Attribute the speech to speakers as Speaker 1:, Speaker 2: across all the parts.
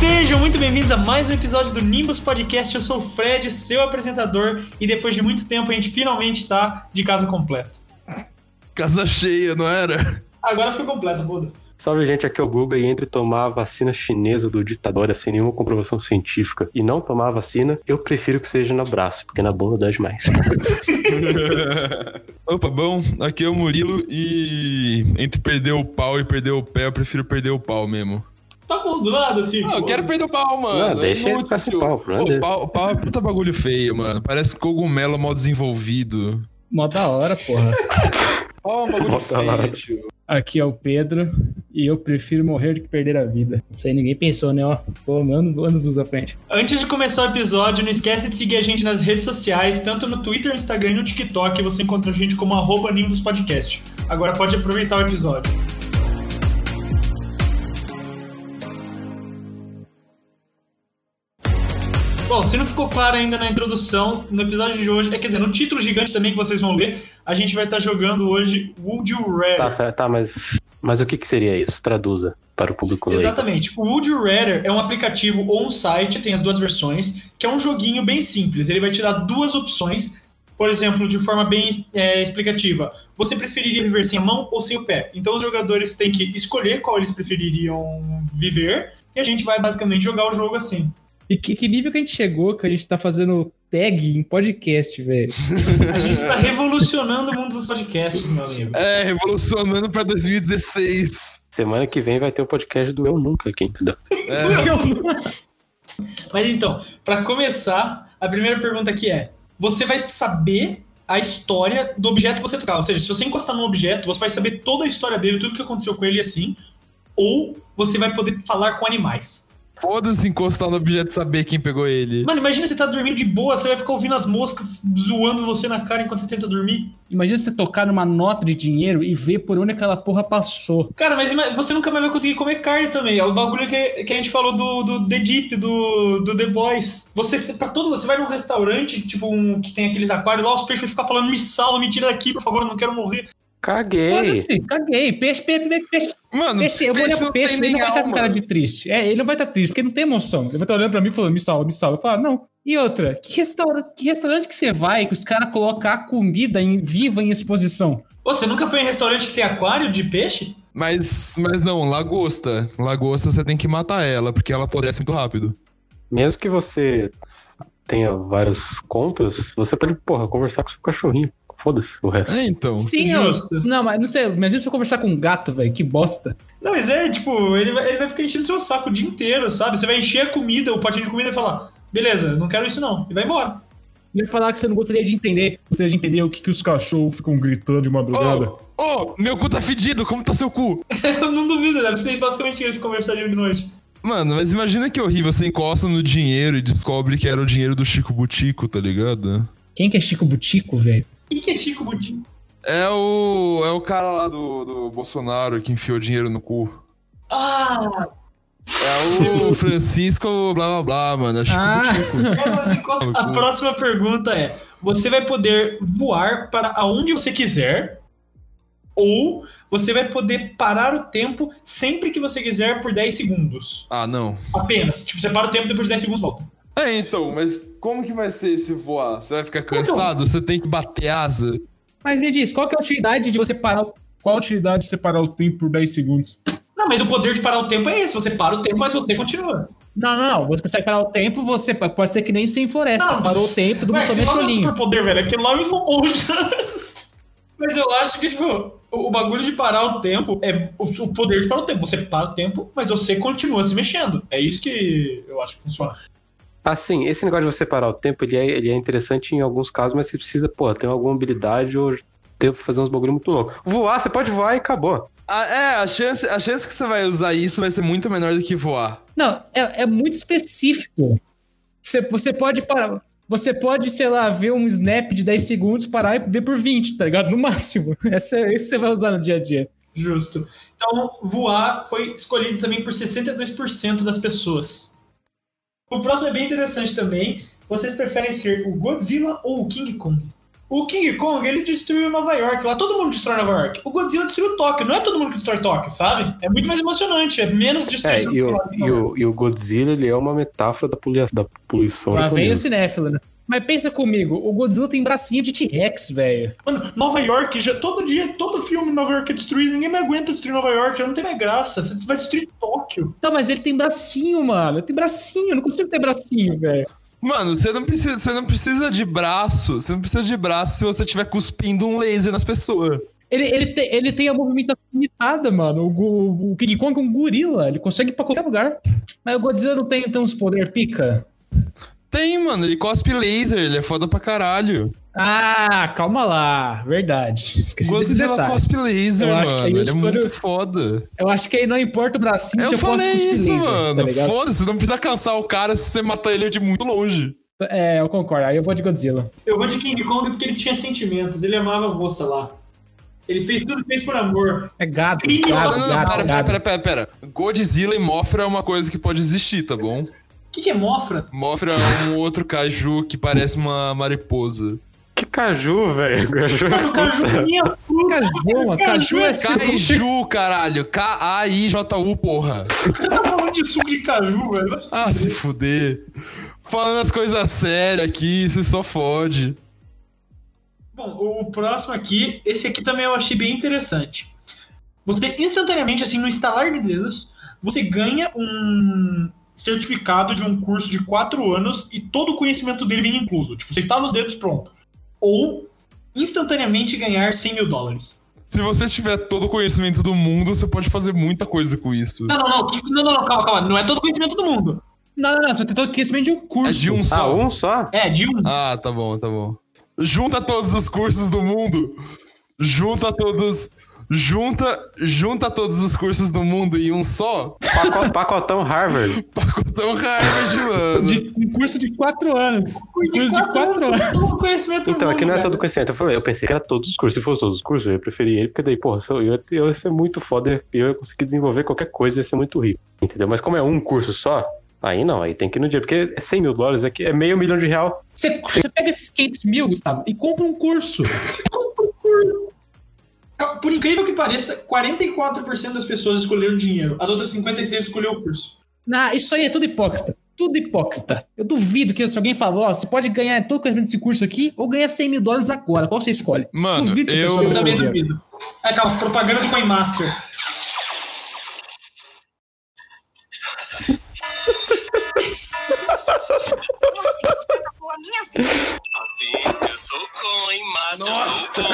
Speaker 1: Sejam muito bem-vindos a mais um episódio do Nimbus Podcast. Eu sou o Fred, seu apresentador, e depois de muito tempo a gente finalmente tá de casa completa.
Speaker 2: Casa cheia, não era?
Speaker 1: Agora foi completa, foda-se.
Speaker 3: Salve, gente, aqui é o Guga e entre tomar a vacina chinesa do ditador sem nenhuma comprovação científica e não tomar a vacina, eu prefiro que seja no braço, porque na bola dá demais.
Speaker 2: Opa, bom, aqui é o Murilo e entre perder o pau e perder o pé, eu prefiro perder o pau mesmo.
Speaker 1: Tá bom, do nada, assim.
Speaker 4: Não, Ah, eu quero perder o pau, mano.
Speaker 3: Não, deixa ele
Speaker 4: Muito
Speaker 3: ficar sem
Speaker 4: útil.
Speaker 3: pau,
Speaker 2: é
Speaker 3: né?
Speaker 2: Pô,
Speaker 3: pronto. dele.
Speaker 2: pau, pau é puta bagulho feio, mano. Parece cogumelo mal desenvolvido.
Speaker 5: Mó da hora, porra.
Speaker 4: Pau é um bagulho
Speaker 3: Bota lá.
Speaker 4: feio, tio.
Speaker 5: Aqui é o Pedro e eu prefiro morrer do que perder a vida. Isso aí ninguém pensou, né? Ó, pô, anos, anos luz à frente.
Speaker 1: Antes de começar o episódio, não esquece de seguir a gente nas redes sociais, tanto no Twitter, Instagram e no TikTok. Você encontra a gente como arroba Nimbus Podcast. Agora pode aproveitar o episódio. Bom, se não ficou claro ainda na introdução, no episódio de hoje, é, quer dizer, no título gigante também que vocês vão ler, a gente vai estar jogando hoje Would You Rather.
Speaker 3: Tá, fe- tá, mas, mas o que, que seria isso? Traduza para o público leigo.
Speaker 1: Exatamente. O Would You Rather é um aplicativo ou um site, tem as duas versões, que é um joguinho bem simples. Ele vai te dar duas opções, por exemplo, de forma bem é, explicativa. Você preferiria viver sem a mão ou sem o pé? Então os jogadores têm que escolher qual eles prefeririam viver, e a gente vai basicamente jogar o jogo assim.
Speaker 5: E que, que nível que a gente chegou que a gente tá fazendo tag em podcast, velho?
Speaker 1: A gente está revolucionando o mundo dos podcasts, meu amigo.
Speaker 2: É, revolucionando pra 2016.
Speaker 3: Semana que vem vai ter o podcast do Eu Nunca aqui, entendeu?
Speaker 2: É,
Speaker 1: Mas então, para começar, a primeira pergunta aqui é: você vai saber a história do objeto que você tocar? Ou seja, se você encostar num objeto, você vai saber toda a história dele, tudo o que aconteceu com ele assim, ou você vai poder falar com animais.
Speaker 2: foda-se encostar no objeto e saber quem pegou ele.
Speaker 1: Mano, imagina você tá dormindo de boa, você vai ficar ouvindo as moscas zoando você na cara enquanto você tenta dormir.
Speaker 5: Imagina você tocar numa nota de dinheiro e ver por onde aquela porra passou.
Speaker 1: Cara, mas ima- você nunca mais vai conseguir comer carne também. É o bagulho que, que a gente falou do, do The Deep, do, do The Boys. Você, você- pra todo, você vai num restaurante, tipo, um, que tem aqueles aquários lá, os peixes vão ficar falando, me salva, me tira daqui, por favor, eu não quero morrer.
Speaker 3: Caguei!
Speaker 5: Foda-se, caguei. Peixe, peixe, peixe, peixe,
Speaker 2: Mano,
Speaker 5: peixe. Eu vou
Speaker 2: peixe
Speaker 5: olhar
Speaker 2: não
Speaker 5: pro peixe,
Speaker 2: tem
Speaker 5: ele não
Speaker 2: nem
Speaker 5: vai estar com
Speaker 2: alma.
Speaker 5: cara de triste. É, ele não vai estar triste, porque não tem emoção. Ele vai estar olhando pra mim e falando, me salva, me salva. Eu falo, "Ah, não. E outra, que restaurante que, restaurante que você vai que os caras colocam a comida em- viva em exposição?
Speaker 1: Ô, você nunca foi em restaurante que tem aquário de peixe?
Speaker 2: Mas, mas não, lagosta. Lagosta você tem que matar ela, porque ela apodrece muito rápido.
Speaker 3: Mesmo que você tenha vários contas, você pode, porra, conversar com seu cachorrinho. Foda-se o resto.
Speaker 2: É, então.
Speaker 5: Sim,
Speaker 1: Justo.
Speaker 5: eu, não, mas não sei, mas e se eu conversar com um gato, velho? Que bosta.
Speaker 1: Não, mas é, tipo, ele vai, ele vai ficar enchendo seu saco o dia inteiro, sabe? Você vai encher a comida, o potinho de comida e falar, beleza, não quero isso não, e vai embora.
Speaker 5: Ele vai falar que você não gostaria de entender. Gostaria de entender o que, que os cachorros ficam gritando de madrugada.
Speaker 1: Oh!
Speaker 2: Ô, meu cu tá fedido, como tá seu cu?
Speaker 1: Eu não duvido, deve ser isso basicamente que eles conversariam de noite.
Speaker 2: Mano, mas imagina que horrível, você encosta no dinheiro e descobre que era o dinheiro do Chico Butico, tá ligado?
Speaker 5: Quem que é Chico Butico, velho?
Speaker 1: E que é Chico Butinho?
Speaker 2: É o. É o cara lá do, do Bolsonaro que enfiou dinheiro no cu.
Speaker 1: Ah,
Speaker 2: É o Francisco blá blá blá, mano. É Chico
Speaker 5: Ah.
Speaker 2: Butico.
Speaker 1: é, mas encosta- a próxima pergunta é: você vai poder voar para aonde você quiser ou você vai poder parar o tempo sempre que você quiser por 10 segundos?
Speaker 2: Ah, não.
Speaker 1: Apenas. Tipo, você para o tempo depois de 10 segundos volta.
Speaker 2: É, então, mas como que vai ser esse voar? Você vai ficar cansado? Você tem que bater asa?
Speaker 5: Mas me diz, qual que é a utilidade de você parar o. Qual a utilidade de você parar o tempo por 10 segundos?
Speaker 1: Não, mas o poder de parar o tempo é esse. Você para o tempo, mas você continua.
Speaker 5: Não, não, não. Você consegue parar o tempo, você pode ser que nem sem floresta.
Speaker 1: Não.
Speaker 5: Parou o tempo, todo mundo só
Speaker 1: que
Speaker 5: mete o
Speaker 1: é
Speaker 5: olhinho.
Speaker 1: super poder, velho. É quilômetros longe. mas eu acho que, tipo, o, o bagulho de parar o tempo é o, o poder de parar o tempo. Você para o tempo, mas você continua se mexendo. É isso que eu acho que funciona.
Speaker 3: Assim, esse negócio de você parar o tempo, ele é, ele é interessante em alguns casos, mas você precisa, porra, ter alguma habilidade ou ter, fazer uns bagulho muito louco. Voar, você pode voar e acabou.
Speaker 2: Ah, é, a chance, a chance que você vai usar isso vai ser muito menor do que voar.
Speaker 5: Não, é, é muito específico. Você, você pode parar. Você pode, sei lá, ver um snap de 10 segundos, parar e ver por 20, tá ligado? No máximo. Essa, esse você vai usar no dia a dia.
Speaker 1: Justo. Então, voar foi escolhido também por 62% das pessoas. O próximo é bem interessante também. Vocês preferem ser o Godzilla ou o King Kong? O King Kong, ele destruiu Nova York. Lá todo mundo destrói Nova York. O Godzilla destruiu Tóquio. Não é todo mundo que destrói Tóquio, sabe? É muito mais emocionante. É menos
Speaker 3: É,
Speaker 1: destruição.
Speaker 3: e o,
Speaker 1: que
Speaker 3: e,
Speaker 5: né?
Speaker 3: o, e o Godzilla, ele é uma metáfora da, polia- da poluição.
Speaker 5: Lá
Speaker 3: do
Speaker 5: vem o
Speaker 3: planeta.
Speaker 5: cinéfilo, né? Mas pensa comigo, o Godzilla tem bracinho de T-Rex, velho.
Speaker 1: Mano, Nova York, já, todo dia, todo filme em Nova York é destruído. Ninguém mais aguenta destruir Nova York. Já não tem mais graça. Você vai destruir Tóquio.
Speaker 5: Tá, mas ele tem bracinho, mano. Ele tem bracinho, eu não consigo ter bracinho, velho.
Speaker 2: Mano, você não, precisa, você não precisa de braço. Você não precisa de braço se você estiver cuspindo um laser nas pessoas.
Speaker 5: Ele, ele, tem, ele tem a movimentação limitada, mano. O, gu- o King Kong é um gorila, ele consegue ir pra qualquer lugar. Mas o Godzilla não tem, então, os poder pica?
Speaker 2: Tem, mano, ele cospe laser, ele é foda pra caralho.
Speaker 5: Ah, calma lá. Verdade. Esqueci desse
Speaker 2: Godzilla
Speaker 5: detalhe.
Speaker 2: cospe laser,
Speaker 5: Eu
Speaker 2: mano.
Speaker 5: acho que aí
Speaker 2: Ele é
Speaker 5: os
Speaker 2: muito
Speaker 5: foram-
Speaker 2: foda.
Speaker 5: Eu acho que aí não importa o bracinho se
Speaker 2: eu
Speaker 5: eu posso
Speaker 2: falei
Speaker 5: cuspir
Speaker 2: isso,
Speaker 5: laser, tá
Speaker 2: mano.
Speaker 5: ligado?
Speaker 2: Foda-se, não precisa cansar o cara se você matar ele de muito longe.
Speaker 5: É, eu concordo. Aí eu vou de Godzilla.
Speaker 1: Eu vou de King Kong porque ele tinha sentimentos. Ele amava a moça lá. Ele fez tudo, fez por amor.
Speaker 5: É gado,
Speaker 1: Ih,
Speaker 5: gado,
Speaker 2: não, não, não,
Speaker 5: gado,
Speaker 2: pera,
Speaker 5: gado.
Speaker 2: pera, pera, pera, pera. Godzilla e Mofra é uma coisa que pode existir, tá bom?
Speaker 1: O que, que é Mofra?
Speaker 2: Mofra é um outro caju que parece uma mariposa.
Speaker 3: Que caju, velho. Caju é
Speaker 1: Mas o Caju um comia fruta.
Speaker 5: Caju, mano. Caju é
Speaker 2: Kaiju, caralho. K-A-I-J-U, porra.
Speaker 1: Você tá falando de suco de caju, velho. Vai se
Speaker 2: Ah, se fuder. Falando as coisas sérias aqui, você só fode.
Speaker 1: Bom, o próximo aqui, esse aqui também eu achei bem interessante. Você instantaneamente, assim, no instalar de dedos, você ganha um certificado de um curso de quatro anos e todo o conhecimento dele vem incluso. Tipo, você instala os dedos, pronto. Ou instantaneamente ganhar 100 mil dólares.
Speaker 2: Se você tiver todo o conhecimento do mundo, você pode fazer muita coisa com isso.
Speaker 1: Não, não, não, que- não, não, não, calma, calma. Não é todo o conhecimento do mundo.
Speaker 5: Não, não, não. Você tem todo o conhecimento de um
Speaker 2: É
Speaker 5: curso.
Speaker 2: de um
Speaker 3: Ah,
Speaker 2: só.
Speaker 3: um só?
Speaker 1: É, de um.
Speaker 2: Ah, tá bom, tá bom. Junta todos os cursos do mundo. Junta todos. Junta, junta todos os cursos do mundo em um só.
Speaker 3: Paco- pacotão Harvard.
Speaker 2: Pacotão Harvard, mano.
Speaker 5: De- um curso de quatro anos. Um curso de quatro anos.
Speaker 1: Todo o conhecimento do
Speaker 3: Então,
Speaker 1: mundo,
Speaker 3: aqui não é
Speaker 1: velho.
Speaker 3: todo conhecimento. Eu falei, eu pensei que era todos os cursos. Se fosse todos os cursos, eu ia preferir ele, porque daí, porra, se eu, eu, ia ter- eu ia ser muito foda, eu ia conseguir desenvolver qualquer coisa, ia ser muito rico. Entendeu? Mas como é um curso só, aí não, aí tem que ir no dia, porque é 100 mil dólares aqui, é meio milhão de real.
Speaker 5: Você, você pega esses 500 mil, Gustavo, e compra um curso.
Speaker 1: Então, Por incrível que pareça, 44% das pessoas escolheram dinheiro, as outras 56 escolheram o curso.
Speaker 5: Na, isso aí é tudo hipócrita. Tudo hipócrita. Eu duvido que se alguém falou, ó, você pode ganhar todo o conhecimento desse curso aqui ou ganhar 100 mil dólares agora. Qual você escolhe?
Speaker 2: Mano,
Speaker 5: duvido que a pessoa
Speaker 1: Eu
Speaker 2: eu.
Speaker 5: Mas
Speaker 1: também
Speaker 5: por quê?
Speaker 1: duvido. É, calma, propaganda do Coinmaster.
Speaker 6: Como assim? Você tá com a minha filha?
Speaker 7: Sim, eu sou coin, mas eu sou coin.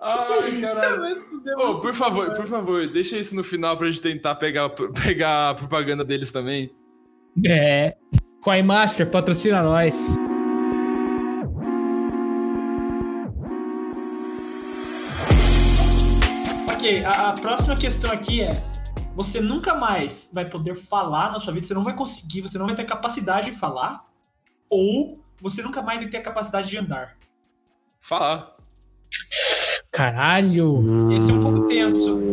Speaker 2: Ai, caralho. Ô, por favor, por favor, deixa isso no final pra gente tentar pegar, pegar a propaganda deles também.
Speaker 5: É. Coinmaster, patrocina nós.
Speaker 1: Ok, a, a próxima questão aqui é: você nunca mais vai poder falar na sua vida, você não vai conseguir, você não vai ter capacidade de falar, ou você nunca mais vai ter a capacidade de andar.
Speaker 2: Falar.
Speaker 5: Caralho.
Speaker 3: Hum.
Speaker 1: Esse é um pouco tenso.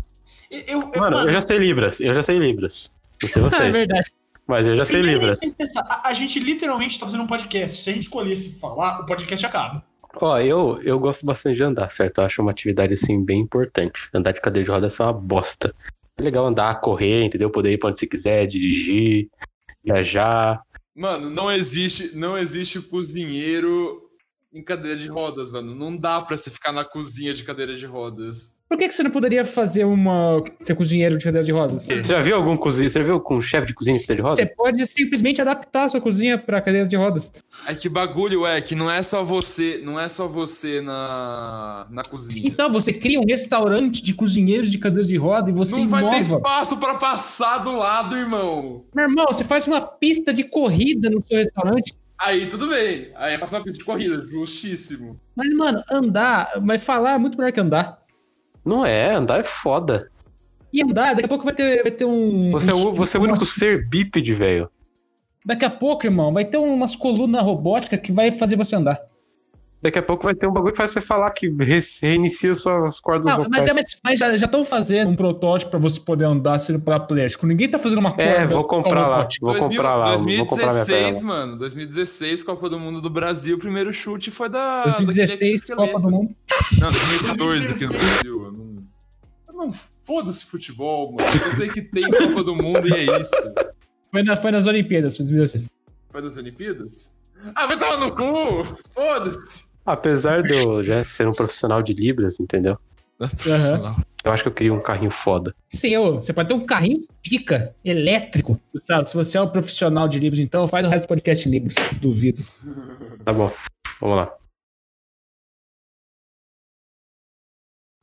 Speaker 1: E- Eu, eu,
Speaker 3: Mano, eu já sei Libras, eu já sei Libras. Não sei
Speaker 5: É
Speaker 3: vocês,
Speaker 5: verdade.
Speaker 3: mas eu já sei
Speaker 1: primeiro
Speaker 3: Libras.
Speaker 1: tem que pensar, A, a gente literalmente tá fazendo um podcast. Se a gente escolhesse falar, o podcast acaba.
Speaker 3: Ó, eu, eu gosto bastante de andar, certo? Eu acho uma atividade, assim, bem importante. Andar de cadeira de rodas é uma bosta. É legal andar, correr, entendeu? Poder ir pra onde você quiser, dirigir, viajar.
Speaker 2: Mano, não existe, não existe cozinheiro em cadeira de rodas, mano. Não dá pra você ficar na cozinha de cadeira de rodas.
Speaker 5: Por que, que você não poderia fazer uma. ser cozinheiro de cadeira de rodas?
Speaker 3: Você já viu algum cozinheiro? Você já viu com um chefe de cozinha em cadeira de rodas?
Speaker 5: Você pode simplesmente adaptar a sua cozinha pra cadeira de rodas.
Speaker 2: É que bagulho é que não é só você, não é só você na, na cozinha.
Speaker 5: Então, você cria um restaurante de cozinheiros de cadeiras de roda e você
Speaker 2: não vai ter
Speaker 5: inova.
Speaker 2: espaço pra passar do lado, irmão.
Speaker 5: Meu irmão, você faz uma pista de corrida no seu restaurante.
Speaker 2: Aí tudo bem. Aí eu faço uma pista de corrida, justíssimo.
Speaker 5: Mas, mano, andar, mas falar é muito melhor que andar.
Speaker 3: Não é, andar é foda.
Speaker 5: E andar, daqui a pouco vai ter, vai ter um.
Speaker 3: Você é o, você é o único
Speaker 5: umas-
Speaker 3: ser bípede, velho.
Speaker 5: Daqui a pouco, irmão, vai ter umas colunas robóticas que vai fazer você andar.
Speaker 3: Daqui a pouco vai ter um bagulho que faz você falar que re- reinicia suas cordas
Speaker 5: Não,
Speaker 3: vocais.
Speaker 5: mas, é, mas- mas já estão fazendo um protótipo pra você poder andar sendo paraplégico. Ninguém tá fazendo uma corda.
Speaker 3: É, vou comprar lá.
Speaker 5: robótica.
Speaker 3: Vou
Speaker 2: 2000
Speaker 3: comprar lá. Vou comprar minha
Speaker 2: 2016,
Speaker 3: perna.
Speaker 2: mano. 2016, Copa do Mundo do Brasil. O primeiro chute foi da.
Speaker 5: 2016,
Speaker 2: daquele
Speaker 5: Copa do Mundo.
Speaker 2: exoesqueleto. Não, 2014 aqui no Brasil. Eu não-
Speaker 4: Eu Não foda-se futebol, mano.
Speaker 2: Eu sei que tem Copa do Mundo e é isso.
Speaker 5: Foi, na- foi nas Olimpíadas, foi 2016.
Speaker 4: Vai das Olimpíadas? Ah, vai tomar no cu! Foda-se!
Speaker 3: Apesar de eu já ser um profissional de Libras, entendeu? Eu acho que eu queria um carrinho foda.
Speaker 5: Sim, ô, você pode ter um carrinho pica, elétrico. Gustavo, se você é um profissional de livros, então faz o resto do podcast em livros. Duvido.
Speaker 3: Tá bom. Vamos lá.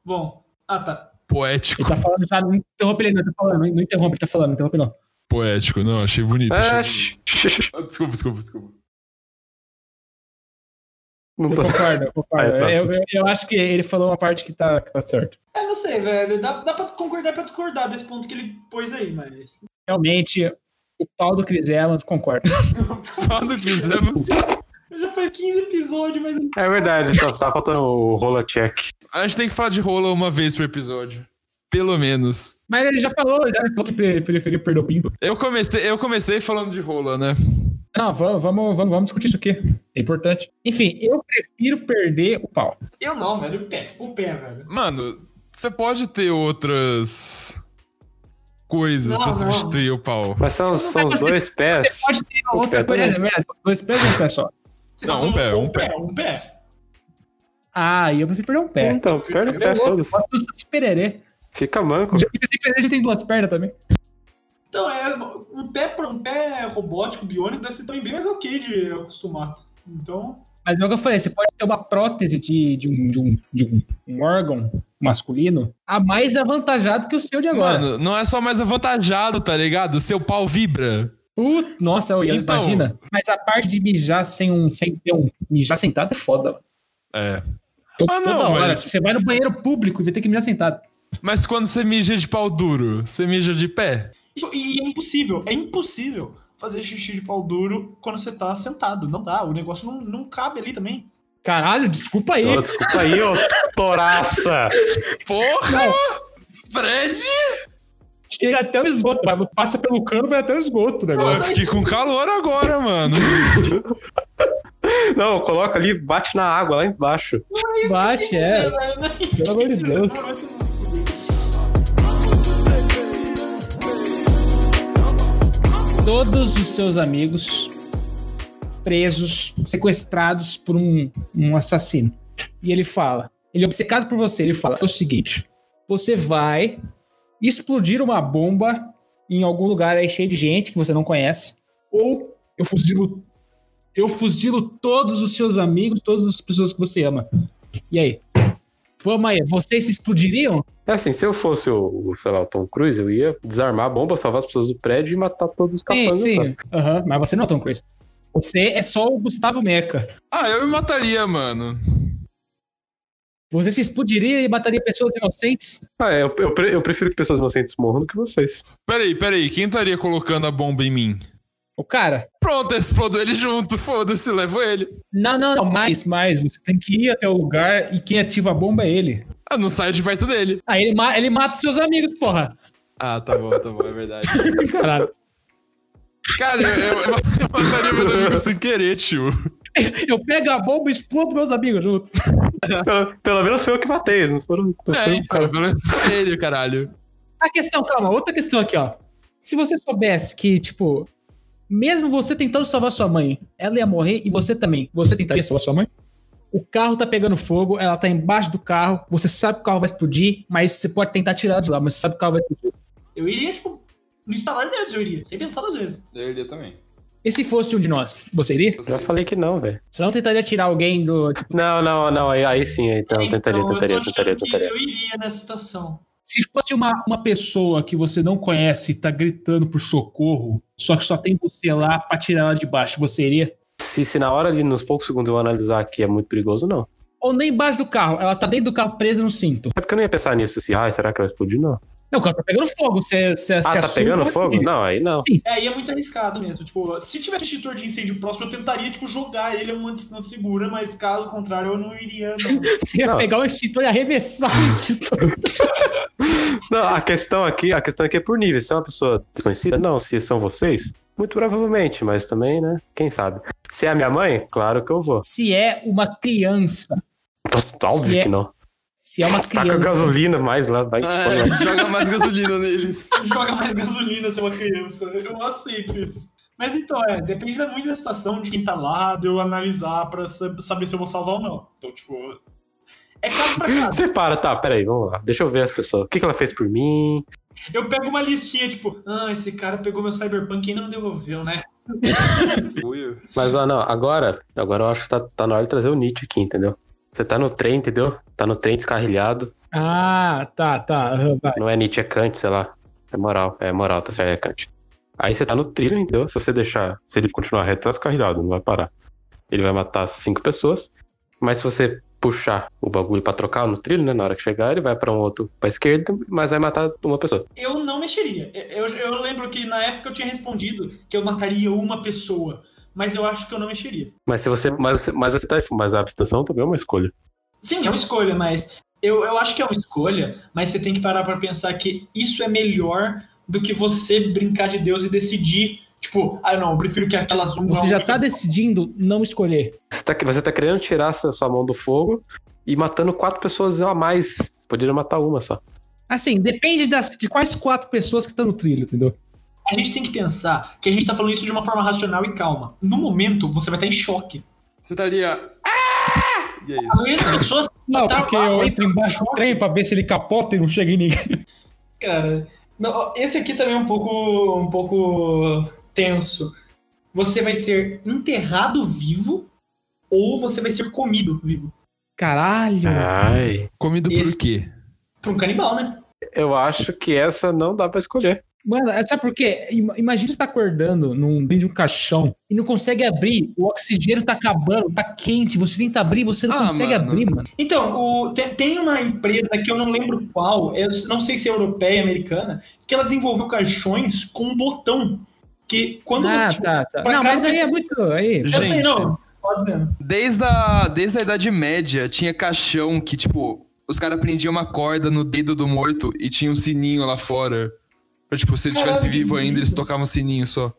Speaker 1: Bom, ah tá.
Speaker 2: Poético,
Speaker 5: Ele tá falando já, não interrompe ele, não, tá falando, não interrompe, ele tá falando, não interrompe não.
Speaker 2: poético. Não, achei bonito.
Speaker 3: Ah,
Speaker 2: achei bonito. Ah, Desculpa, desculpa, desculpa.
Speaker 3: não
Speaker 5: Eu
Speaker 3: tô...
Speaker 5: concordo, eu concordo.
Speaker 3: Ah, tá.
Speaker 5: eu, eu- eu acho que ele falou uma parte que tá, que tá certo.
Speaker 1: É, não sei, velho. Dá, dá pra concordar e pra discordar desse ponto que ele pôs aí, mas.
Speaker 5: Realmente, o pau do Chris Evans, concordo.
Speaker 2: Quando quiser, mas...
Speaker 1: Eu já faz 15 episódios, mas.
Speaker 3: É verdade, só tá faltando o rola check.
Speaker 2: A gente tem que falar de rola uma vez por episódio. Pelo menos.
Speaker 5: Mas ele já falou, já falou que pre- preferiu perder o pinto.
Speaker 2: Eu comecei, eu comecei falando de rola, né?
Speaker 5: Não, vamos, vamos, vamos, vamos discutir isso aqui. É importante. Enfim, eu prefiro perder o pau.
Speaker 1: Eu não, velho. O pé. O pé, velho.
Speaker 2: Mano, você pode ter outras coisas
Speaker 1: Não,
Speaker 2: pra
Speaker 1: não.
Speaker 2: substituir o pau.
Speaker 3: Mas são, são os
Speaker 5: conseguir-
Speaker 3: dois pés.
Speaker 5: Você pode ter outra
Speaker 3: É, pé
Speaker 5: coisa,
Speaker 3: também.
Speaker 5: né? São Dois pés e um pé só.
Speaker 1: Você
Speaker 2: Não,
Speaker 1: tá
Speaker 2: um pé,
Speaker 1: falando
Speaker 2: um pé.
Speaker 1: Um pé.
Speaker 5: Ah, e eu prefiro perder um pé.
Speaker 3: Então, perna e pé,
Speaker 5: Eu
Speaker 3: foda-se.
Speaker 5: Posso se pererê.
Speaker 3: Fica manco.
Speaker 5: Já que se pererê já tem duas pernas também.
Speaker 1: Então, é, um pé pra um pé robótico, biônico, deve ser também bem mais ok de acostumar. Então.
Speaker 5: Mas é o que eu falei, você pode ter uma prótese de, de, um, de, um, de um- um órgão masculino a mais avantajado que o seu de agora.
Speaker 2: Mano, não é só mais avantajado, tá ligado? Seu pau vibra.
Speaker 5: Uh, nossa, eu ia,
Speaker 2: Então-
Speaker 5: imagina. Mas a parte de mijar sem um. Sem ter um mijar sentado é foda.
Speaker 2: É.
Speaker 5: Tô-
Speaker 2: Ah, não,
Speaker 5: toda hora.
Speaker 2: mas-
Speaker 5: Você vai no banheiro público e vai ter que mijar sentado.
Speaker 2: Mas quando você mija de pau duro, você mija de pé?
Speaker 1: E é impossível, é impossível fazer xixi de pau duro quando você tá sentado. Não dá, o negócio não, não cabe ali também.
Speaker 5: Caralho, desculpa aí.
Speaker 3: Ô, desculpa aí, ô toraça.
Speaker 2: Porra! Fred!
Speaker 5: Chega até o esgoto. vai- Passa pelo cano, vai até o esgoto o
Speaker 2: Pô, eu
Speaker 5: negócio.
Speaker 2: fiquei com calor agora, mano.
Speaker 3: Não, coloca ali, bate na água lá embaixo.
Speaker 5: Bate, é. Pelo amor de Deus.
Speaker 1: um-
Speaker 5: Todos os seus amigos presos, sequestrados por um, um assassino. E ele fala, ele é obcecado por você, ele fala é o seguinte: você vai explodir uma bomba em algum lugar aí cheio de gente que você não conhece, ou eu fuzilo eu fuzilo todos os seus amigos, todas as pessoas que você ama. E aí? Vamos aí, vocês se explodiriam?
Speaker 3: É assim, se eu fosse o, o, sei lá, o Tom Cruise, eu ia desarmar a bomba, salvar as pessoas do prédio e matar todos os capangas. sabe?
Speaker 5: Aham, mas você não é o Tom Cruise. Você é só o Gustavo Meca.
Speaker 2: Ah, eu me mataria, mano.
Speaker 5: Você se explodiria e mataria pessoas inocentes?
Speaker 3: Ah, é, eu, eu pre- eu prefiro que pessoas inocentes morram do que vocês.
Speaker 2: Peraí, peraí, quem estaria colocando a bomba em mim?
Speaker 5: O cara?
Speaker 2: Pronto, explodo ele junto, foda-se, levo ele.
Speaker 5: Não, não, não, mais, mais. Você tem que ir até o lugar e quem ativa a bomba é ele.
Speaker 2: Ah, não saio de perto dele.
Speaker 5: Aí ele, ma- ele mata os seus amigos, porra.
Speaker 2: Ah, tá bom, tá bom, é verdade.
Speaker 5: Caralho.
Speaker 2: Cara, eu, eu, eu mataria meus amigos sem querer, tio.
Speaker 5: Eu pego a bomba e explodo meus amigos junto.
Speaker 3: Pelo, pelo menos foi eu que matei. Não foram, não
Speaker 2: É,
Speaker 3: foram-
Speaker 2: então, pelo menos ele, caralho.
Speaker 5: A questão, calma, outra questão aqui, ó. Se você soubesse que, tipo, mesmo você tentando salvar sua mãe, ela ia morrer e você também, você tentaria salvar sua mãe? O carro tá pegando fogo, ela tá embaixo do carro, você sabe que o carro vai explodir, mas você pode tentar tirar de lá, mas você sabe que o carro vai explodir.
Speaker 1: Eu iria, tipo, no instalar dedos, eu iria, sem pensar duas vezes.
Speaker 4: Eu iria também.
Speaker 5: E se fosse um de nós, você iria?
Speaker 3: Já falei que não, velho.
Speaker 5: Você não tentaria tirar alguém do. tipo,
Speaker 3: Não, não, não. Aí, aí sim, então,
Speaker 1: Então,
Speaker 3: tentaria,
Speaker 1: eu tô
Speaker 3: tentaria,
Speaker 1: achando
Speaker 3: tentaria,
Speaker 1: que
Speaker 3: tentaria.
Speaker 1: Eu iria nessa situação.
Speaker 5: se fosse uma, uma pessoa que você não conhece e tá gritando por socorro, só que só tem você lá pra tirar ela de baixo, você iria?
Speaker 3: Se, se na hora de, nos poucos segundos, eu analisar que é muito perigoso, não.
Speaker 5: Ou nem embaixo do carro, ela tá dentro do carro presa no cinto.
Speaker 3: É porque eu não ia pensar nisso, se, ah, assim, será que vai explodir? Não.
Speaker 5: Não, o carro tá pegando fogo. Você, você,
Speaker 3: Ah, tá pegando fogo? Não, aí não.
Speaker 5: Sim.
Speaker 1: É, e é muito arriscado mesmo. Tipo, se tivesse extintor de incêndio próximo, eu tentaria, tipo, jogar ele a uma distância segura, mas caso contrário, eu não iria, não.
Speaker 5: Você ia
Speaker 3: Não.
Speaker 5: pegar o extintor e arremessar o extintor.
Speaker 3: Não, a questão aqui, a questão aqui é por nível. Se é uma pessoa desconhecida, não. Se são vocês, muito provavelmente, mas também, né? Quem sabe? Se é a minha mãe, claro que eu vou.
Speaker 5: Se é uma criança.
Speaker 3: Tô- Óbvio
Speaker 5: Se é
Speaker 3: que não.
Speaker 5: Se é uma
Speaker 3: Saca
Speaker 5: criança.
Speaker 3: gasolina mais lá, vai. expor lá.
Speaker 2: É, joga mais gasolina neles.
Speaker 1: joga mais gasolina se é uma criança. Eu aceito isso. Mas então, é, depende muito da situação, de quem tá lá, de eu analisar pra sa- saber se eu vou salvar ou não. Então, tipo. É caso pra caso.
Speaker 3: Você para, tá, peraí, vamos lá. Deixa eu ver as pessoas. O que, que ela fez por mim?
Speaker 1: Eu pego uma listinha, tipo, ah, esse cara pegou meu cyberpunk e não devolveu, né?
Speaker 4: Uia.
Speaker 3: Mas, ó, não, agora, agora eu acho que tá, tá na hora de trazer o Nietzsche aqui, entendeu? Você tá no trem, entendeu? Tá no trem descarrilhado.
Speaker 5: Ah, tá, tá. aham, vai.
Speaker 3: Não é Nietzsche, é Kant, sei lá. É moral, é moral, tá certo, é Kant. Aí você tá no trilho, entendeu? Se você deixar, se ele continuar reto, tá descarrilhado, não vai parar. Ele vai matar cinco pessoas, mas se você puxar o bagulho pra trocar no trilho, né? Na hora que chegar, ele vai pra um outro pra esquerda, mas vai matar uma pessoa.
Speaker 1: Eu não mexeria. Eu, eu- eu lembro que na época eu tinha respondido que eu mataria uma pessoa, mas eu acho que eu não mexeria.
Speaker 3: Mas se você. Mas, mas você tá. Mas a abstenção também é uma escolha.
Speaker 1: Sim, é uma escolha, mas eu, eu acho que é uma escolha, mas você tem que parar pra pensar que isso é melhor do que você brincar de Deus e decidir, tipo, ah, não, eu prefiro que aquelas um uma.
Speaker 5: Você já tá decidindo não escolher.
Speaker 3: Você tá, você tá querendo tirar essa- sua mão do fogo e matando quatro pessoas a mais. Você poderia matar uma só.
Speaker 5: Assim, depende das, de quais quatro pessoas que estão no trilho, entendeu?
Speaker 1: A gente tem que pensar que a gente tá falando isso de uma forma racional e calma. No momento, você vai estar em choque.
Speaker 4: Você estaria. E é
Speaker 1: A
Speaker 4: isso.
Speaker 1: maioria das pessoas
Speaker 5: Não,
Speaker 1: tá
Speaker 5: porque
Speaker 1: lá,
Speaker 5: eu
Speaker 1: vai
Speaker 5: entro
Speaker 1: tá
Speaker 5: embaixo do
Speaker 1: choque,
Speaker 5: trem pra ver se ele capota e não chega em ninguém.
Speaker 1: Cara, Não, ó, esse aqui também é um pouco, um pouco tenso. Você vai ser enterrado vivo ou você vai ser comido vivo?
Speaker 5: Caralho.
Speaker 3: Ai.
Speaker 2: Comido
Speaker 1: Esse-
Speaker 2: por quê?
Speaker 1: Pra um canibal, né?
Speaker 3: Eu acho que essa não dá pra escolher.
Speaker 5: Mano, é, sabe por quê? Ima- Imagina você tá acordando num, dentro de um caixão e não consegue abrir, o oxigênio tá acabando, tá quente, você tenta abrir, você não
Speaker 2: Ah,
Speaker 5: consegue
Speaker 2: mano.
Speaker 5: abrir, mano.
Speaker 1: Então, o- te- tem, uma empresa que eu não lembro qual, eu não sei se é europeia, americana, que ela desenvolveu caixões com um botão. Que quando
Speaker 5: ah,
Speaker 1: você.
Speaker 5: tá, tá.
Speaker 1: pra
Speaker 5: Não,
Speaker 1: cada
Speaker 5: mas aí é
Speaker 1: pessoa-
Speaker 5: muito. Aí,
Speaker 1: Eu sei,
Speaker 2: Gente.
Speaker 1: não. Só dizendo.
Speaker 2: Desde a, desde a Idade Média, tinha caixão que, tipo, os caras prendiam uma corda no dedo do morto e tinha um sininho lá fora. Pra, tipo, se ele estivesse
Speaker 1: Caralho, que
Speaker 2: vivo ainda,
Speaker 1: bonito.
Speaker 2: eles tocavam o sininho só.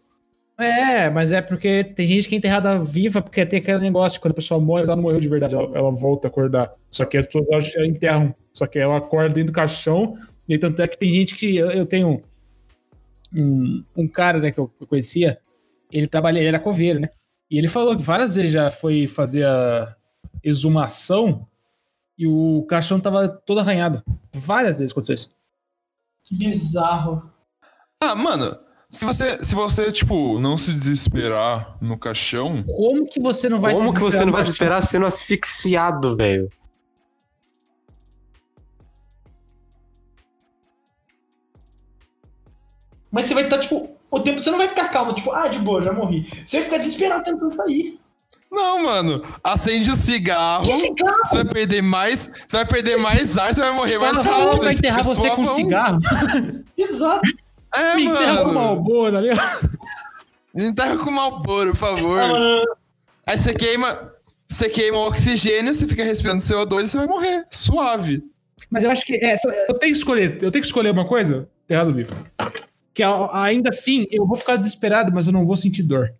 Speaker 5: é, mas é porque tem gente que é enterrada viva, porque tem aquele negócio, quando a pessoa morre, ela não morreu de verdade, ela, ela volta a acordar. Só que as pessoas acham que ela enterram. Só que ela acorda dentro do caixão, e aí tanto é que tem gente que. Eu, eu tenho um, um cara, né, que eu, eu conhecia, ele trabalha, ele era coveiro, né? E ele falou que várias vezes já foi fazer a exumação e o caixão tava todo arranhado. Várias vezes aconteceu isso.
Speaker 1: Que bizarro.
Speaker 2: Ah, mano, se você, se você, tipo, não se desesperar no caixão.
Speaker 5: Como que você não vai
Speaker 3: Como
Speaker 5: se
Speaker 3: que você não vai
Speaker 5: desesperar?
Speaker 3: esperar sendo asfixiado, velho?
Speaker 1: Mas você vai estar, tipo, o tempo. Você não vai ficar calmo, tipo, ah, de boa, já morri. Você vai ficar desesperado tentando sair.
Speaker 2: Não, mano, acende o cigarro.
Speaker 1: Que cigarro?
Speaker 2: Você vai perder mais. Você vai perder mais ar, você vai morrer mais
Speaker 5: Fala, fala
Speaker 2: rápido.
Speaker 5: pra
Speaker 2: esse
Speaker 5: enterrar você
Speaker 2: pessoal
Speaker 5: com um
Speaker 2: é um-
Speaker 5: cigarro.
Speaker 1: Exato.
Speaker 2: É,
Speaker 5: Me enterra com
Speaker 2: mano.
Speaker 5: um malboro
Speaker 3: né?
Speaker 5: ali. ó.
Speaker 2: Enterra tá com malboro, por favor. Aí você queima. Você queima o oxigênio, você fica respirando CO2 e você vai morrer. Suave.
Speaker 5: Mas eu acho que. é, só- eu tenho que escolher. Eu tenho que escolher uma coisa? Enterrado vivo. Que a- ainda assim, eu vou ficar desesperado, mas eu não vou sentir dor.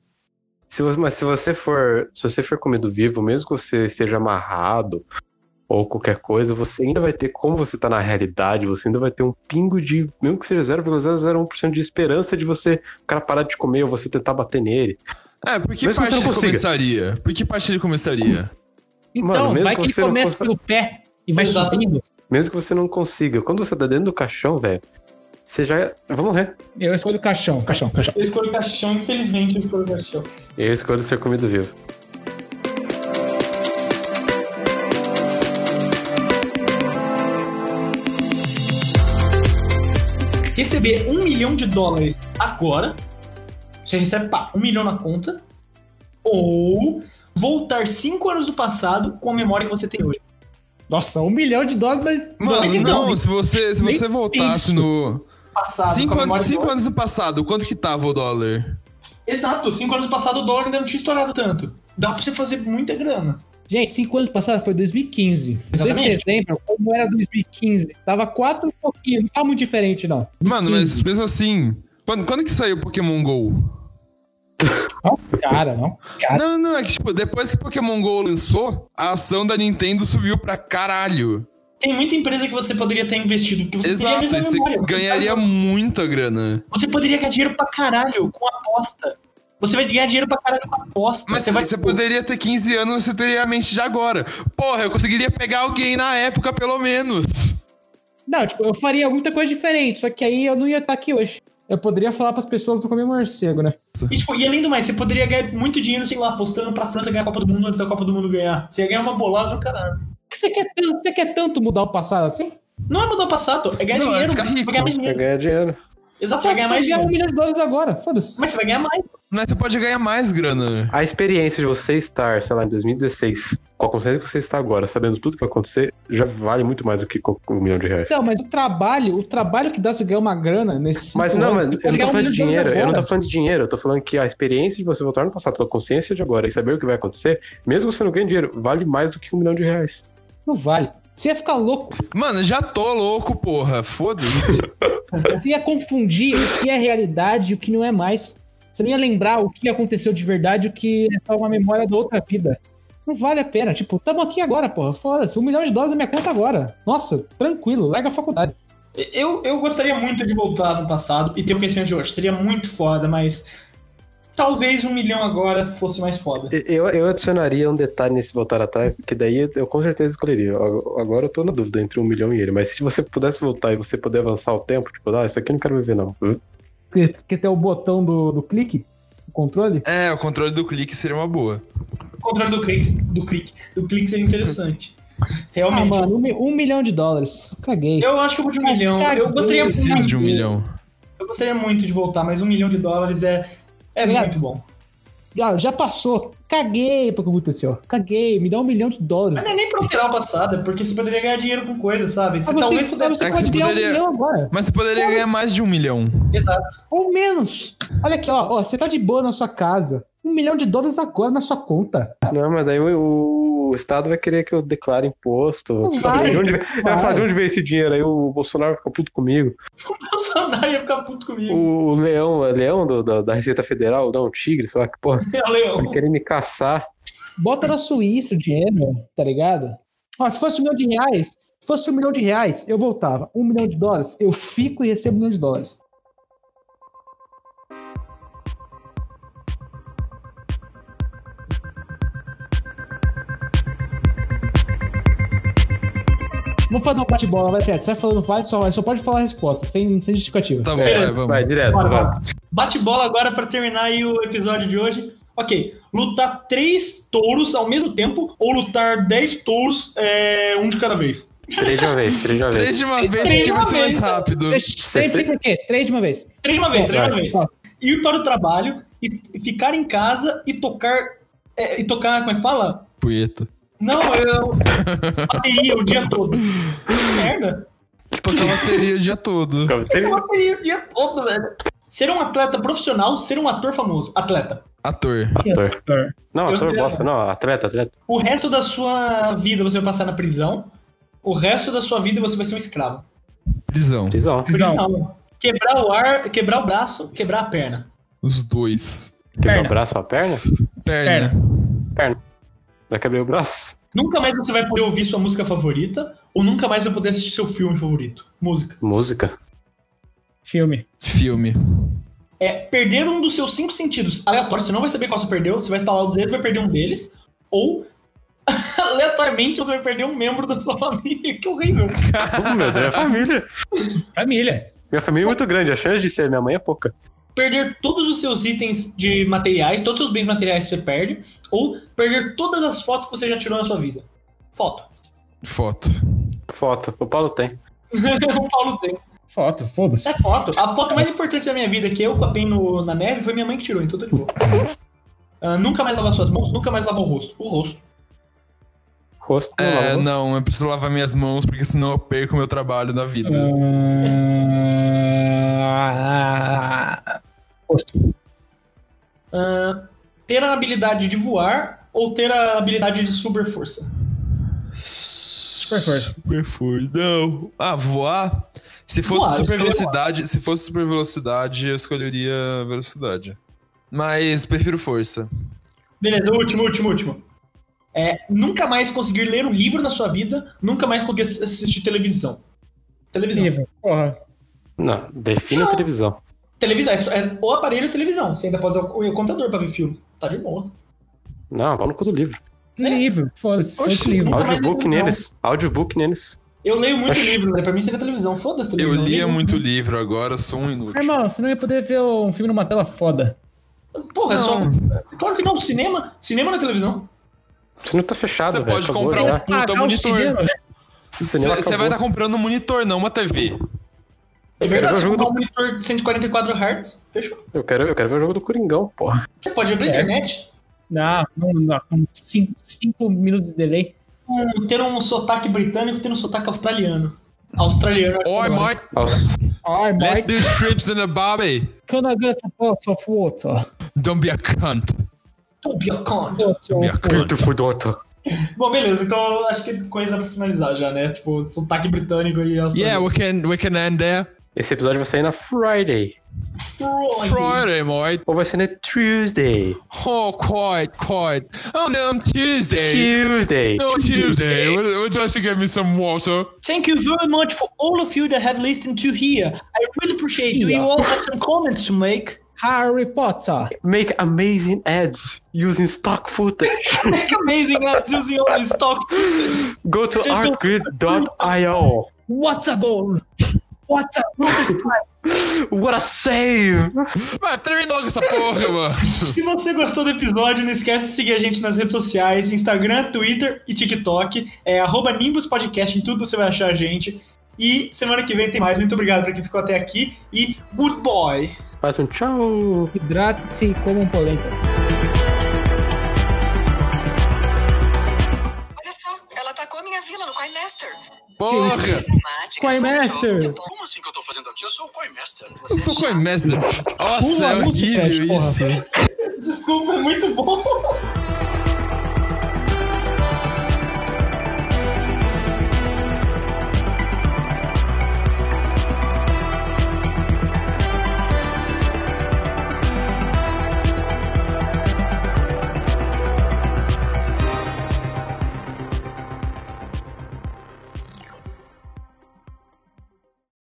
Speaker 3: Se você- mas se você for, se você for comido vivo, mesmo que você seja amarrado ou qualquer coisa, você ainda vai ter, como você tá na realidade, você ainda vai ter um pingo de, mesmo que seja 0,001% de esperança de você, o cara parar de comer ou você tentar bater nele.
Speaker 2: É, por que
Speaker 3: Mesmo
Speaker 2: parte
Speaker 3: que você não
Speaker 2: ele
Speaker 3: consiga.
Speaker 2: começaria? Por que parte ele começaria?
Speaker 5: Então,
Speaker 3: mesmo
Speaker 5: vai
Speaker 3: que
Speaker 5: que ele
Speaker 3: você não
Speaker 5: comece
Speaker 3: possa-
Speaker 5: pelo pé e vai
Speaker 1: Exato.
Speaker 5: subindo.
Speaker 3: Mesmo que você não consiga, quando você tá dentro do caixão, velho, você já é, vai morrer.
Speaker 5: Eu escolho o caixão, caixão, caixão.
Speaker 1: Eu escolho caixão, infelizmente eu escolho caixão.
Speaker 3: Eu escolho ser comido vivo.
Speaker 1: receber um milhão de dólares agora, você recebe pá, um milhão na conta, ou voltar cinco anos do passado com a memória que você tem hoje.
Speaker 5: Nossa, um milhão de dólares.
Speaker 2: Mano,
Speaker 5: dólares
Speaker 2: não, se você, se
Speaker 5: então, Nem
Speaker 2: você voltasse
Speaker 5: penso.
Speaker 2: no.
Speaker 1: Passado, com
Speaker 2: Cinco
Speaker 1: a
Speaker 2: anos,
Speaker 1: memória
Speaker 2: cinco
Speaker 1: do-
Speaker 2: anos do passado, quanto que tava o dólar?
Speaker 1: Exato, cinco anos passado o dólar ainda não tinha estourado tanto. Dá pra você fazer muita grana.
Speaker 5: Gente, cinco anos passados foi 2015. Não sei se vocês lembram como era 2015. Tava quatro e pouquinho, não tá muito diferente, não.
Speaker 2: Mano, mas mesmo assim. Quando, quando que saiu Pokémon GO?
Speaker 5: Não, cara, não. Cara,
Speaker 2: Não, não, é que tipo, depois que Pokémon GO lançou, a ação da Nintendo subiu pra caralho.
Speaker 1: Tem muita empresa que você poderia ter investido, que você teria a
Speaker 2: Exato,
Speaker 1: mesma
Speaker 2: e você
Speaker 1: memória. Você
Speaker 2: ganharia muita grana.
Speaker 1: Você poderia ganhar dinheiro pra caralho com aposta. Você vai ganhar dinheiro pra caralho com aposta.
Speaker 2: Mas
Speaker 1: você
Speaker 2: se
Speaker 1: vai
Speaker 2: você poderia ter 15 anos, você teria a mente de agora. Porra, eu conseguiria pegar alguém na época, pelo menos.
Speaker 5: não, tipo, eu faria muita coisa diferente, só que aí eu não ia estar aqui hoje. Eu poderia falar pras pessoas do comer morcego, né?
Speaker 1: E, tipo, e além do mais, você poderia ganhar muito dinheiro, sei lá, apostando pra França ganhar a Copa do Mundo antes da Copa do Mundo ganhar. Você ia ganhar uma bolada do caralho.
Speaker 5: Por que Você quer tanto, você quer tanto mudar o passado assim?
Speaker 1: Não é mudar o passado, é ganhar
Speaker 2: Não, é
Speaker 1: dinheiro.
Speaker 2: ficar
Speaker 1: você
Speaker 2: rico.
Speaker 1: vai ganhar mais
Speaker 3: Vai
Speaker 1: dinheiro.
Speaker 3: ganhar dinheiro.
Speaker 1: Exato, você vai
Speaker 5: Mas
Speaker 1: ganhar
Speaker 5: pode
Speaker 1: mais
Speaker 5: ganhar um
Speaker 1: dinheiro.
Speaker 5: milhão de dólares agora, foda-se.
Speaker 1: Mas você vai ganhar mais.
Speaker 2: Mas você pode ganhar mais grana.
Speaker 3: A experiência de você estar, sei lá, em 2016, com a consciência que você está agora, sabendo tudo que vai acontecer, já vale muito mais do que co- um milhão de reais.
Speaker 5: Então, mas o trabalho, o trabalho que dá você ganhar uma grana nesse. um
Speaker 3: Mas não, mano, Então, eu não tô falando de dinheiro, eu não tô
Speaker 5: tô...
Speaker 3: falando de dinheiro, eu tô falando que a experiência de você voltar no passado com a consciência de agora e saber o que vai acontecer, mesmo você não ganhando dinheiro, vale mais do que um milhão de reais.
Speaker 5: Não vale. Você ia ficar louco.
Speaker 2: Mano, já tô louco, porra. Foda-se.
Speaker 5: Você ia confundir o que é realidade e o que não é mais. Você não ia lembrar o que aconteceu de verdade e o que é só uma memória da outra vida. Não vale a pena. Tipo, tamo aqui agora, porra. Foda-se. Um milhão de dólares na minha conta agora. Nossa, tranquilo. Larga a faculdade.
Speaker 1: Eu, eu gostaria muito de voltar no passado e ter o conhecimento de hoje. Seria muito foda, mas talvez um milhão agora fosse mais foda.
Speaker 3: E- Eu, eu adicionaria um detalhe nesse voltar atrás, que daí eu, eu com certeza escolheria. A- Agora eu tô na dúvida entre um milhão e ele, mas se você pudesse voltar e você puder avançar o tempo, tipo, ah, isso aqui eu não quero viver, não.
Speaker 5: Você quer ter o botão do, do clique? O controle?
Speaker 2: é, o controle do clique seria uma boa.
Speaker 1: O controle do clique do clique, do clique seria interessante.
Speaker 5: Ah,
Speaker 1: Realmente.
Speaker 5: mano, um, mi- um milhão de dólares. Caguei.
Speaker 1: eu acho que eu vou de um
Speaker 5: Cara,
Speaker 1: milhão.
Speaker 5: cara,
Speaker 1: Eu gostaria,
Speaker 5: eu preciso
Speaker 1: muito,
Speaker 2: Preciso de um milhão.
Speaker 1: eu gostaria muito de voltar, mas um milhão de dólares é, é
Speaker 5: Obrigado.
Speaker 1: muito bom.
Speaker 5: Ah, já passou. Caguei pro que aconteceu. Caguei. Me dá um milhão de dólares.
Speaker 1: Mas não é nem pra alterar o passado, é porque você poderia ganhar dinheiro com coisa, sabe? tá um Você
Speaker 5: Mas Ah, você,
Speaker 1: talvez pudesse.
Speaker 5: mas você
Speaker 2: É que
Speaker 5: pode
Speaker 2: você
Speaker 5: ganhar
Speaker 2: poderia-
Speaker 5: um milhão agora.
Speaker 2: Mas você poderia ganhar mais de um milhão.
Speaker 1: Exato.
Speaker 5: Ou menos. Olha aqui, ó. ó, Você tá de boa na sua casa. Um milhão de dólares agora na sua conta.
Speaker 3: Não, mas daí o, o Estado vai querer que eu declare imposto.
Speaker 5: Não vai,
Speaker 3: de onde, eu
Speaker 2: É,
Speaker 3: ia falar,
Speaker 5: vai.
Speaker 3: de onde veio esse dinheiro? Aí o Bolsonaro fica puto comigo.
Speaker 1: O Bolsonaro ia ficar puto comigo.
Speaker 3: O leão, é leão do- da, da Receita Federal, não, um tigre, sei lá que porra,
Speaker 1: É, Leão.
Speaker 3: vai querer me caçar.
Speaker 5: Bota na Suíça o dinheiro, tá ligado? Ó, se fosse um milhão de reais, se fosse um milhão de reais, eu voltava. Um milhão de dólares, eu fico e recebo um milhão de dólares. Vou fazer um bate-bola, vai, Fred. Você vai falando vai, só, só pode falar a resposta, sem, sem justificativa.
Speaker 2: Tá bom, vai, vamos.
Speaker 3: Vai, direto,
Speaker 1: Bora,
Speaker 3: vai.
Speaker 1: bora. Bate bola agora pra terminar aí o episódio de hoje. Ok, lutar três touros ao mesmo tempo ou lutar dez touros é, um de cada vez?
Speaker 3: Três de uma vez, três de uma vez.
Speaker 2: Três de uma vez
Speaker 1: Três de
Speaker 2: que
Speaker 1: uma
Speaker 2: vai ser
Speaker 1: vez.
Speaker 2: mais rápido.
Speaker 5: Sempre sei por quê. Três de uma vez.
Speaker 1: Três de uma vez, três de uma
Speaker 3: Vai.
Speaker 1: vez.
Speaker 5: Tá.
Speaker 1: Ir para o trabalho e ficar em casa e tocar. é, e tocar, como é que fala?
Speaker 2: Punheta.
Speaker 1: Não, eu. Bateria o dia todo. Que merda.
Speaker 2: Tocar bateria o dia todo.
Speaker 1: Bateria o dia todo, velho. Ser um atleta profissional, ser um ator famoso. Atleta.
Speaker 2: Ator.
Speaker 3: Ator.
Speaker 5: Tá.
Speaker 3: Não,
Speaker 1: Eu
Speaker 3: ator
Speaker 1: sei.
Speaker 3: bosta, não, atleta, atleta.
Speaker 1: O resto da sua vida você vai passar na prisão. O resto da sua vida você vai ser um escravo.
Speaker 2: Prisão.
Speaker 3: Prisão.
Speaker 5: Prisão.
Speaker 1: Prisão. Quebrar o ar, quebrar o braço, quebrar a perna.
Speaker 2: Os dois.
Speaker 3: Quebrar
Speaker 1: Perna.
Speaker 3: o braço, a Um perna?
Speaker 2: Perna.
Speaker 3: Já quebrei o braço.
Speaker 1: Nunca mais você vai poder ouvir sua música favorita, ou nunca mais vai poder assistir seu filme favorito. Música.
Speaker 3: Música.
Speaker 5: Filme.
Speaker 2: Filme.
Speaker 1: É perder um dos seus cinco sentidos aleatórios, você não vai saber qual você perdeu, você vai instalar o dedo e vai perder um deles, ou aleatoriamente você vai perder um membro da sua família. Que horrível.
Speaker 3: Uh, meu Deus, é família.
Speaker 5: Família.
Speaker 3: Minha família é muito grande, a chance de ser minha mãe é pouca.
Speaker 1: Perder todos os seus itens de materiais, todos os seus bens materiais que você perde, ou perder todas as fotos que você já tirou na sua vida. Foto.
Speaker 2: Foto.
Speaker 3: Foto, o Paulo tem.
Speaker 1: o Paulo tem.
Speaker 5: Foto, foda-se.
Speaker 1: É foto. A foto mais importante da minha vida, que eu capei no, na neve, foi minha mãe que tirou, então tô de boa. Ah, nunca mais lavar suas mãos, nunca mais lavar o rosto. O rosto.
Speaker 3: rosto.
Speaker 2: É,
Speaker 3: lava o rosto.
Speaker 2: não, eu preciso lavar minhas mãos, porque senão eu perco meu trabalho da vida.
Speaker 5: Ah, Rosto.
Speaker 1: Ahn, ter a habilidade de voar ou ter a habilidade de super força?
Speaker 2: Super
Speaker 5: força.
Speaker 2: Super força. Não. Ah, voar? Se fosse
Speaker 1: Voar,
Speaker 2: super
Speaker 1: eu escolhi
Speaker 2: velocidade, se fosse super velocidade, eu escolheria velocidade. Mas prefiro força.
Speaker 1: Beleza, último, último, último. É, nunca mais conseguir ler um livro na sua vida, nunca mais conseguir ass- assistir televisão. Televisão.
Speaker 5: Livro. Porra.
Speaker 3: Não, defina a televisão.
Speaker 1: Televisão, é, só- é o aparelho ou televisão. Você ainda pode usar o, o computador pra ver filme. Tá de boa.
Speaker 3: Não, fala no cu do livro.
Speaker 5: Livro. Foda-se. Foi
Speaker 2: Oxi.
Speaker 5: livro.
Speaker 1: Nunca mais
Speaker 3: Audiobook
Speaker 1: televisão.
Speaker 3: neles. Audiobook neles.
Speaker 1: Eu leio muito
Speaker 3: Oxi.
Speaker 1: livro, né? Pra mim seria televisão. Foda-se
Speaker 2: Eu
Speaker 1: televisão.
Speaker 2: lia
Speaker 1: leio
Speaker 2: muito livro agora, sou um
Speaker 5: Ah,
Speaker 2: inútil.
Speaker 5: irmão, você não ia poder ver um filme numa tela foda.
Speaker 1: Porra, é só.
Speaker 2: Não.
Speaker 1: Claro que não, cinema. Cinema na televisão.
Speaker 3: Você não tá né? fechado,
Speaker 2: Você
Speaker 3: velho,
Speaker 2: pode
Speaker 3: acabou
Speaker 2: comprar um-
Speaker 3: já.
Speaker 2: Puta,
Speaker 5: Pagar Ah, o
Speaker 2: monitor.
Speaker 5: cinema?
Speaker 2: Você
Speaker 3: cinema
Speaker 2: você vai
Speaker 3: acabou.
Speaker 2: estar comprando um monitor, não uma TV.
Speaker 1: É
Speaker 3: Eu quero
Speaker 1: verdade,
Speaker 3: ver o
Speaker 1: você
Speaker 3: jogo
Speaker 1: comprar um monitor de 144 Hz, fechou.
Speaker 3: Eu quero, eu quero ver o jogo do Coringão, porra.
Speaker 1: Você pode ver pela
Speaker 5: É.
Speaker 1: internet.
Speaker 5: Não, não, não. com Cinco, cinco minutos de delay.
Speaker 1: Um- ter um sotaque britânico, ter um sotaque australiano. Australiano. é
Speaker 2: Oi, Mike,
Speaker 3: Nossa,
Speaker 5: Ai,
Speaker 2: let's
Speaker 5: Mike,
Speaker 2: do strips in the Bobby.
Speaker 5: can I get a pot of water?
Speaker 2: Don't be a cunt.
Speaker 1: To be a cunt.
Speaker 5: Pot
Speaker 2: Minha
Speaker 5: of
Speaker 2: cara.
Speaker 5: water.
Speaker 3: Arthur Fudota.
Speaker 1: Bom, beleza, então acho que coisa dá pra finalizar já, né? Tipo, sotaque britânico e
Speaker 2: Yeah,
Speaker 1: australiano.
Speaker 2: we can, we can end there.
Speaker 3: Esse episódio vai sair na Friday.
Speaker 1: Freud.
Speaker 2: Friday, Mike.
Speaker 3: Ou vai sair na Tuesday.
Speaker 2: Oh, quite, quite. Oh, no, on Tuesday.
Speaker 3: Tuesday.
Speaker 2: No, Tuesday. Would, would you like to get me some water?
Speaker 1: Thank you very much for all of you that have listened to here. I really appreciate it. Do you all have some comments to make?
Speaker 5: Harry Potter.
Speaker 3: Make amazing ads using stock footage.
Speaker 1: Make É amazing ads using all this stock.
Speaker 3: Go to
Speaker 1: Just go-
Speaker 3: artgrid.io.
Speaker 5: What a goal! What a
Speaker 3: What a save!
Speaker 2: Mano, termina logo essa porra, mano.
Speaker 1: Se você gostou do episódio, não esquece de seguir a gente nas redes sociais, Instagram, Twitter e TikTok. É arroba Nimbus Podcast, em tudo você vai achar a gente. E semana que vem tem mais. Muito obrigado pra quem ficou até aqui e good boy!
Speaker 3: Mais um tchau.
Speaker 5: Hidrate-se como um polenta.
Speaker 6: Olha só, ela atacou a minha vila no Coimester.
Speaker 2: Porra.
Speaker 5: Coimester.
Speaker 7: Como assim que eu tô fazendo aqui? Eu sou o Coimester.
Speaker 2: Eu sou coimestre. Nossa,
Speaker 5: Pula,
Speaker 2: é
Speaker 5: Lúcio,
Speaker 2: horrível
Speaker 5: Fred, porra.
Speaker 2: isso.
Speaker 1: Desculpa, é muito bom!